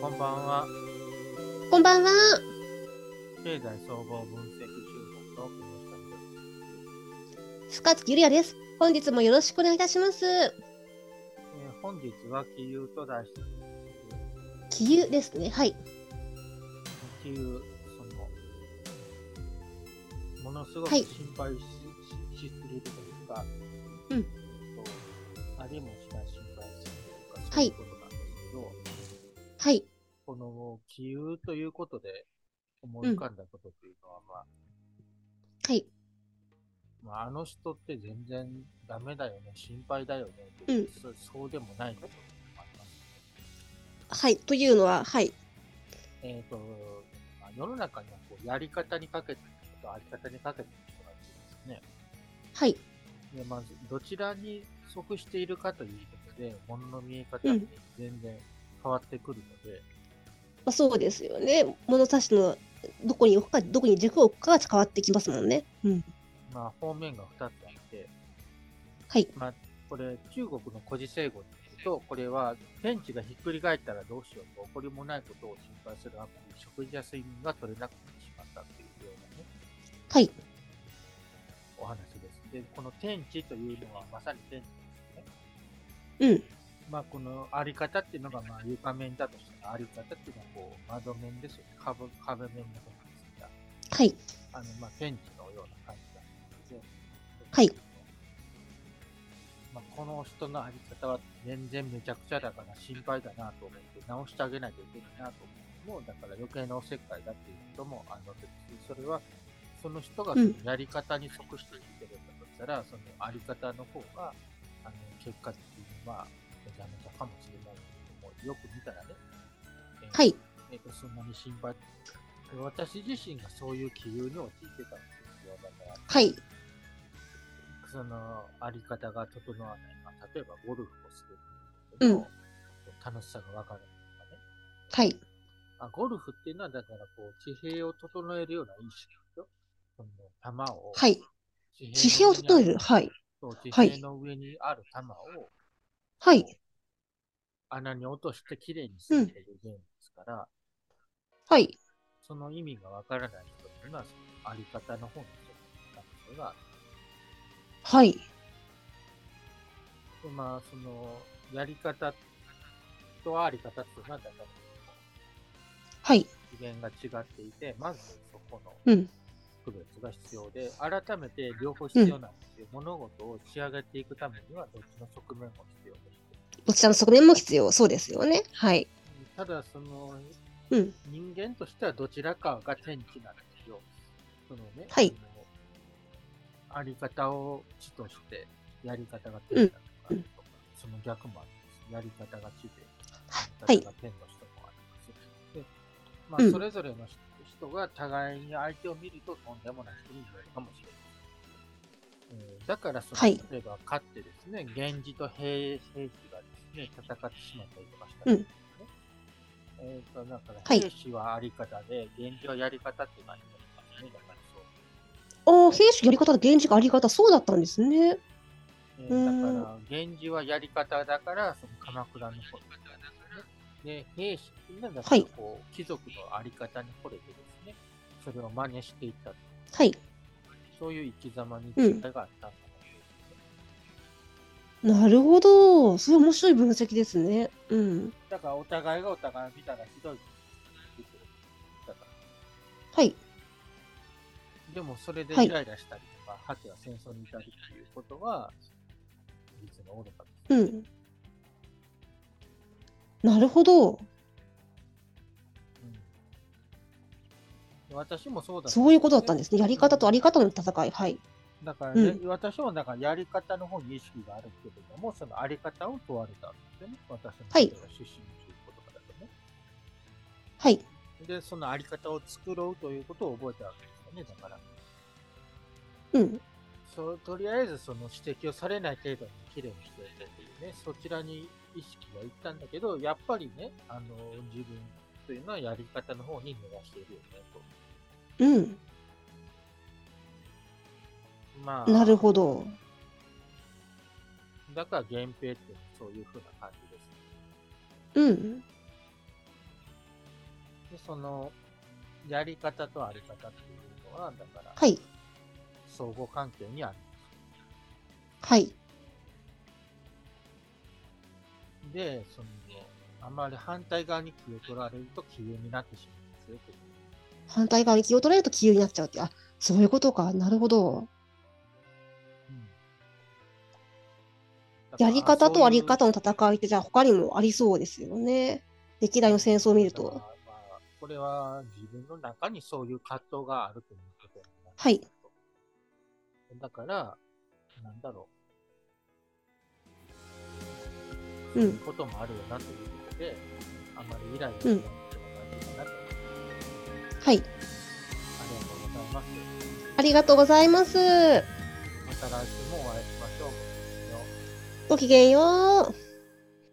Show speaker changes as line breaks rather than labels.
こんばんは。
こんばんは。
経済総合分析集団の木下です。
スカーツゆりやです。本日もよろしくお願いいたします。
えー本日は気流と題して、
気流ですね。はい。
気流、その、ものすごく
はい
心配し,し、しすぎるというか、
うん
とありもしない心配するというか、
はい
そういうことなんですけど、
はい。
この気流ということで思い浮かんだことというのは、まあ、
はい。
まあ、あの人って全然ダメだよね、心配だよね、
うん
そそうでもないこともあります。
はい。というのは、はい。
えっ、と、まあ、世の中にはこうやり方にかけてる人とあり方にかけてる人がいるんで
はい。
すよね。で、まず、どちらに即しているかということで、物の見え方って全然変わってくるので、
まあ、そうですよね。物差しのどこに置くか、どこに軸を置くかが変わってきますもんね。うん。
まあ、方面が2つあって、
はい。
まあ、これ、中国の古事成語って言うと、これは、天地がひっくり返ったらどうしようと、起こりもないことを心配するあまり、食事や睡眠が取れなくなってしまったっていうようなね、
はい。
お話です。で、この天地というのは、まさに天地ですね。
うん。
まあ、このあり方っていうのが、まあ、床面だとしたら、あり方っていうのは、こう、窓面ですよね。壁壁面のことなんですが、
はい。
あの、まあ、天地のような感じがするので、
はい。
まあ、この人のあり方は全然めちゃくちゃだから心配だなと思って、直してあげないといけないなと思う。もうだから余計なおせっかいだっていう人もあのですし、それは、その人が
うん
やり方に即していってるんだとしたら、そのあり方の方が、あの、結果的には、めちゃめちゃかもしれないけれども、よく見たらね、えー
はい。
えっとそんなに心配。私自身がそういう気流に陥ってたんですよ。だから、
はい。
そのあり方が整わない、まあ、例えばゴルフをするけど、
うん
楽しさがわからないとかね、
はい。
あゴルフっていうのはだからこう地平を整えるような意識ですよその球を
はい。
地
地平を整える。はい。
そう地
はい
平の上にある球を
はい。
穴に落としてきれいにするっていうゲームですから、
はい。
その意味がわからない人っていうのはそのあり方の方にちょっとが
はい。
でまあ、その、やり方とあり方っていうのは、だから、
はい。
次元が違っていて、まずそこの
うん。
区別が必要で、改めて両方必要なんですよ。物事を仕上げていくためには、どっちの側面も必要です。
どちらの側面も必要。そうですよね。はい。
ただ、その、
うん。
人間としてはどちらかが天地なんですよ。そのね、
はい
そのあり方を地として、やり方が天だとか、
うん
その逆もあります。やり方が地で、や
は
り
い
方が天の人もあります。でま
う
あ、
ん
それぞれの人人が互いに相手を見るととんでもない人になるかもしれない。えーだからその、
はい
例えば勝ってですね、源氏と平平氏がですね、戦ってしまったりとかした
うん
りとかね。えっ、と、だから、
はい
兵士はあり方で、源氏はやり方っていうのがありますね。だからそう。
ああ、兵士やり方、源氏があり方、そうだったんですね。
えー
うん
だから、源氏はやり方だから、その鎌倉の頃で、兵士っていうのは、だから
はい
こう、貴族のあり方に惚れてですね、それを真似していったと。
はい。
そういう生き様に違いがあったんだと思うんですね。
なるほど。それ面白い分析ですね。うん。
だから、お互いがお互い見たらひどい。だから
はい。
でもそれで
はい
イライラしたりとか、果ては戦争に至るということは、実の愚かです。
うん。なるほど。
うん、私もそうだ。
そういうことだったんですすね。やり方とあり方の戦い。はい。
だから、
う
ね
ん
私もだからやり方の方に意識があるけれども、そのあり方を問われたんですよね。私の
は
出身
い
ということからだとね。
はい。
で、そのあり方を作ろうということを覚えたわけですよね。だから、
うん。
そうとりあえずその指摘をされない程度に綺麗にしていくっていうね、そちらに意識がいったんだけど、やっぱりね、あの、自分というのはやり方の方に逃がしているよね、と。
うん。
まあ、
なるほど。
だから源平ってそういうふうな感じです。
うん。
その、やり方とあり方っていうのは、だから、
はい、
相互関係にある。
はい、
で、そのね、あまり反対側に気を取られると気憂になってしまうんですよっていう。
反対側に気を取られると気憂になっちゃうって、あそういうことか、なるほど。
うんだから
やり方とあり方の
そういう
戦いって、じゃあ他にもありそうですよね。歴代の戦争を見る
だから
と。
まあこれは自分の中にそういう葛藤があるということになる
はい。
だから、なんだろう。
う
そう
ん
いうこともあるよなということで、あまりイライラしないことが大事だなと。
はい。
ありがとうございます。
ありがとうございます。
また来週もお会いしましょう。ごきげんよう
ごきげんよう。